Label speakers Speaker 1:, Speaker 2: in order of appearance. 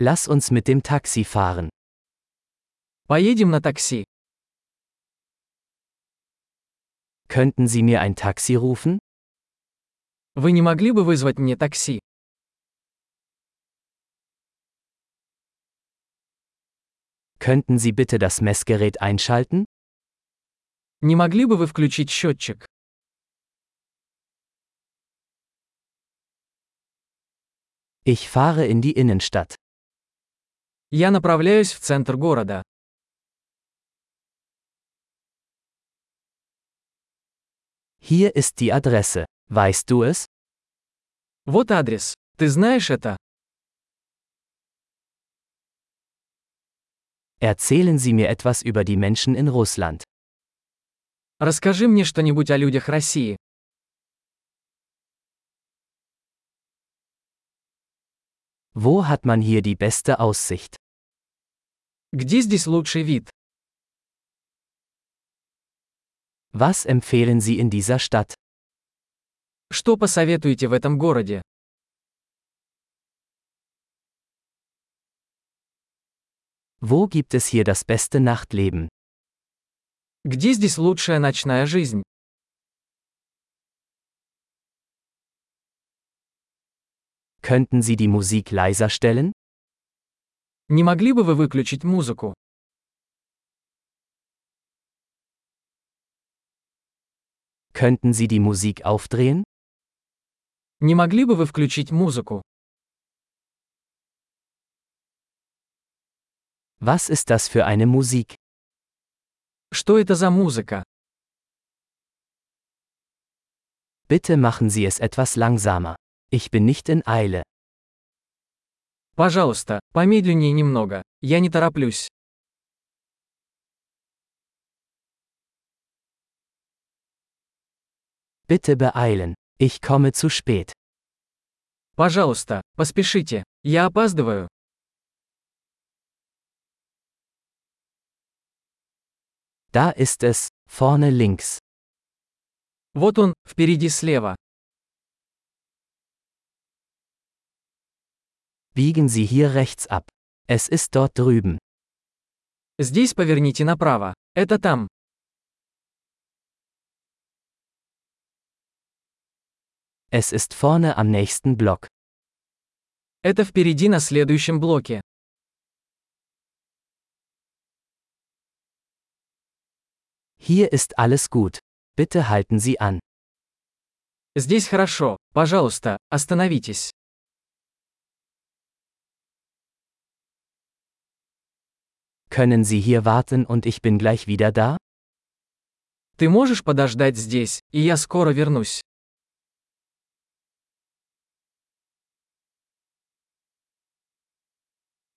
Speaker 1: Lass uns mit dem Taxi fahren.
Speaker 2: Поедем на такси.
Speaker 1: Könnten Sie mir ein Taxi rufen?
Speaker 2: Вы не могли бы вызвать мне такси?
Speaker 1: Könnten Sie bitte das Messgerät einschalten?
Speaker 2: Не могли бы вы включить счетчик?
Speaker 1: Ich fahre in die Innenstadt.
Speaker 2: Я направляюсь в центр города.
Speaker 1: Hier ist die Adresse. Weißt du es?
Speaker 2: Вот адрес. Ты знаешь это?
Speaker 1: Erzählen Sie mir etwas über die Menschen in Russland.
Speaker 2: Расскажи мне что-нибудь о людях России.
Speaker 1: Wo hat man hier die beste Aussicht?
Speaker 2: Где здесь лучший вид?
Speaker 1: Was empfehlen Sie in dieser Stadt?
Speaker 2: Что посоветуете в этом городе?
Speaker 1: Wo gibt es hier das beste Nachtleben?
Speaker 2: Где здесь лучшая ночная жизнь?
Speaker 1: Könnten Sie die Musik leiser stellen?
Speaker 2: Не могли бы вы выключить музыку?
Speaker 1: Könnten Sie die Musik aufdrehen?
Speaker 2: Не могли бы вы включить музыку?
Speaker 1: Was ist das für eine Musik?
Speaker 2: Что это за музыка?
Speaker 1: Bitte machen Sie es etwas langsamer. Ich bin nicht in Eile.
Speaker 2: Пожалуйста, помедленнее немного. Я не тороплюсь.
Speaker 1: Bitte beeilen. Ich komme zu spät.
Speaker 2: Пожалуйста, поспешите. Я опаздываю.
Speaker 1: Da ist es, vorne links.
Speaker 2: Вот он, впереди слева.
Speaker 1: Biegen Sie hier rechts ab. Es ist dort drüben.
Speaker 2: Здесь поверните направо. Это там.
Speaker 1: Es ist vorne am nächsten Block.
Speaker 2: Это впереди на следующем блоке.
Speaker 1: Hier ist alles gut. Bitte halten Sie an.
Speaker 2: Здесь хорошо. Пожалуйста, остановитесь.
Speaker 1: Können Sie hier warten und ich bin gleich wieder da?
Speaker 2: Ты можешь подождать здесь, и я скоро вернусь.